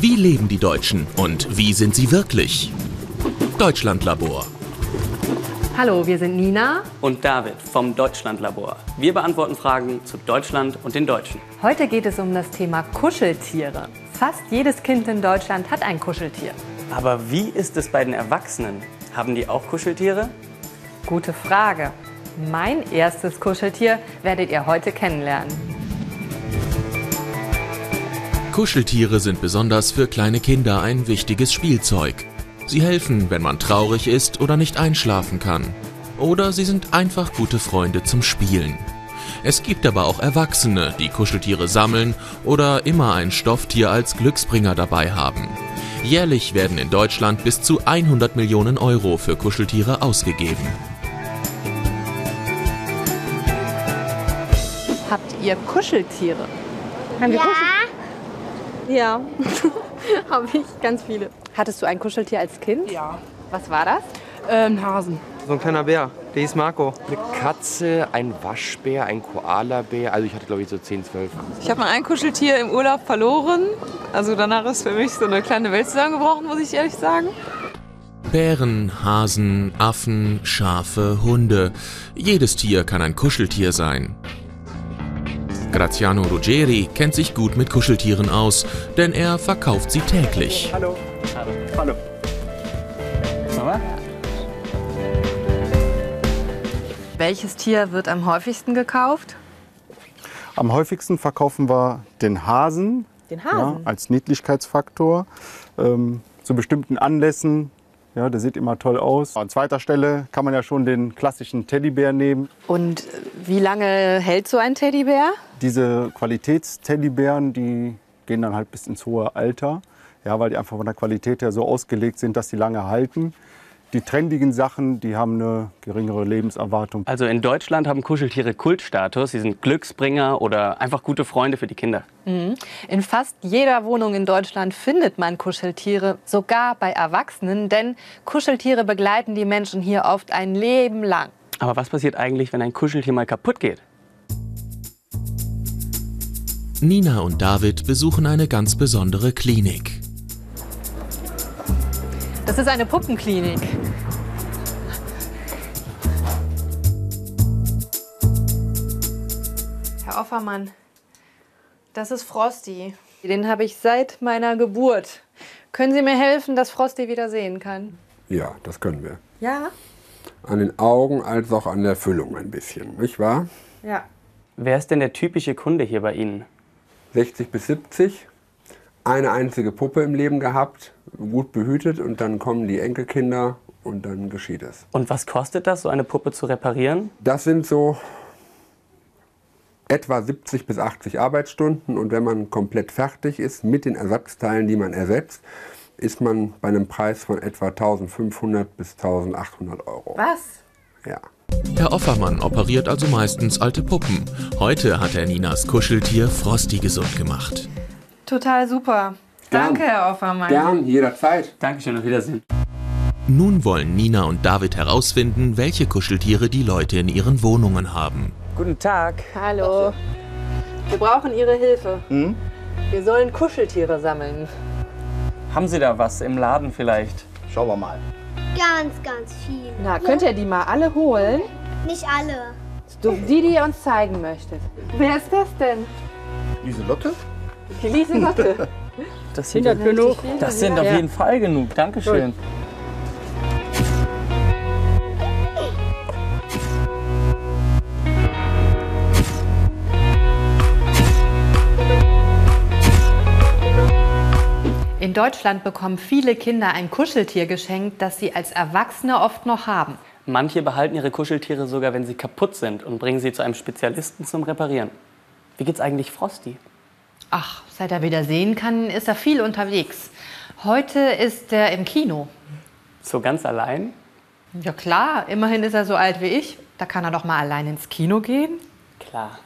Wie leben die Deutschen und wie sind sie wirklich? Deutschlandlabor. Hallo, wir sind Nina. und David vom Deutschlandlabor. Wir beantworten Fragen zu Deutschland und den Deutschen. Heute geht es um das Thema Kuscheltiere. Fast jedes Kind in Deutschland hat ein Kuscheltier. Aber wie ist es bei den Erwachsenen? Haben die auch Kuscheltiere? Gute Frage. Mein erstes Kuscheltier werdet ihr heute kennenlernen. Kuscheltiere sind besonders für kleine Kinder ein wichtiges Spielzeug. Sie helfen, wenn man traurig ist oder nicht einschlafen kann. Oder sie sind einfach gute Freunde zum Spielen. Es gibt aber auch Erwachsene, die Kuscheltiere sammeln oder immer ein Stofftier als Glücksbringer dabei haben. Jährlich werden in Deutschland bis zu 100 Millionen Euro für Kuscheltiere ausgegeben. Habt ihr Kuscheltiere? Ja, Ja, habe ich ganz viele. Hattest du ein Kuscheltier als Kind? Ja. Was war das? Ähm, Hasen. So ein kleiner Bär, der hieß Marco. Eine Katze, ein Waschbär, ein Koalabär. Also ich hatte glaube ich so 10, 12. Ich habe mein Einkuscheltier im Urlaub verloren. Also danach ist für mich so eine kleine Welt zusammengebrochen, muss ich ehrlich sagen. Bären, Hasen, Affen, Schafe, Hunde. Jedes Tier kann ein Kuscheltier sein. Graziano Ruggeri kennt sich gut mit Kuscheltieren aus, denn er verkauft sie täglich. Welches Tier wird am häufigsten gekauft? Am häufigsten verkaufen wir den Hasen, Den Ja, als Niedlichkeitsfaktor. Ähm, zu bestimmten Anlässen. Ja, der sieht immer toll aus. An zweiter Stelle kann man ja schon den klassischen Teddybär nehmen. Und wie lange hält so ein Teddybär? Diese Qualitätsteddybären, die gehen dann halt bis ins hohe Alter. Ja, weil die einfach von der Qualität her so ausgelegt sind, dass sie lange halten. Die trendigen Sachen, die haben eine geringere Lebenserwartung. Also in Deutschland haben Kuscheltiere Kultstatus. Sie sind Glücksbringer oder einfach gute Freunde für die Kinder. In fast jeder Wohnung in Deutschland findet man Kuscheltiere, sogar bei Erwachsenen, denn Kuscheltiere begleiten die Menschen hier oft ein Leben lang. Aber was passiert eigentlich, wenn ein Kuscheltier mal kaputt geht? Nina und David besuchen eine ganz besondere Klinik. Das ist eine Puppenklinik. Herr Offermann, das ist Frosty. den habe ich seit meiner Geburt. Können Sie mir helfen, dass Frosty wieder sehen kann? Ja, das können wir. Ja, An den Augen als auch an der Füllung ein bisschen, nicht wahr? ja. Wer ist denn der typische Kunde hier bei Ihnen? 60 bis 70, eine einzige Puppe im Leben gehabt, gut behütet und dann kommen die Enkelkinder und dann geschieht es. Und was kostet das, so eine Puppe zu reparieren? Das sind so etwa 70 bis 80 Arbeitsstunden und wenn man komplett fertig ist mit den Ersatzteilen, die man ersetzt, ist man bei einem Preis von etwa 1500 bis 1800 Euro. Was? Ja. Herr Offermann operiert also meistens alte Puppen. Heute hat er Ninas Kuscheltier Frosty gesund gemacht. Total super. Gern. Danke, Herr Offermann. Gern, jederzeit. Dankeschön, auf Wiedersehen. Nun wollen Nina und David herausfinden, welche Kuscheltiere die Leute in ihren Wohnungen haben. Guten Tag. Hallo. Wir brauchen Ihre Hilfe. Wir sollen Kuscheltiere sammeln. Haben Sie da was im Laden vielleicht? Schauen wir mal. Ganz, ganz viel. Na, könnt ihr die mal alle holen? Nicht alle. Die, die ihr uns zeigen möchtet. Wer ist das denn? Lieselotte? Die Lieselotte. Das sind, genug. Das sind auf jeden Fall genug. Dankeschön. In Deutschland bekommen viele Kinder ein Kuscheltier geschenkt, das sie als Erwachsene oft noch haben. Manche behalten ihre Kuscheltiere sogar, wenn sie kaputt sind und bringen sie zu einem Spezialisten zum Reparieren. Wie geht's eigentlich Frosty? Ach, seit er wieder sehen kann, ist er viel unterwegs. Heute ist er im Kino. So ganz allein? Ja klar, immerhin ist er so alt wie ich. Da kann er doch mal allein ins Kino gehen. Klar.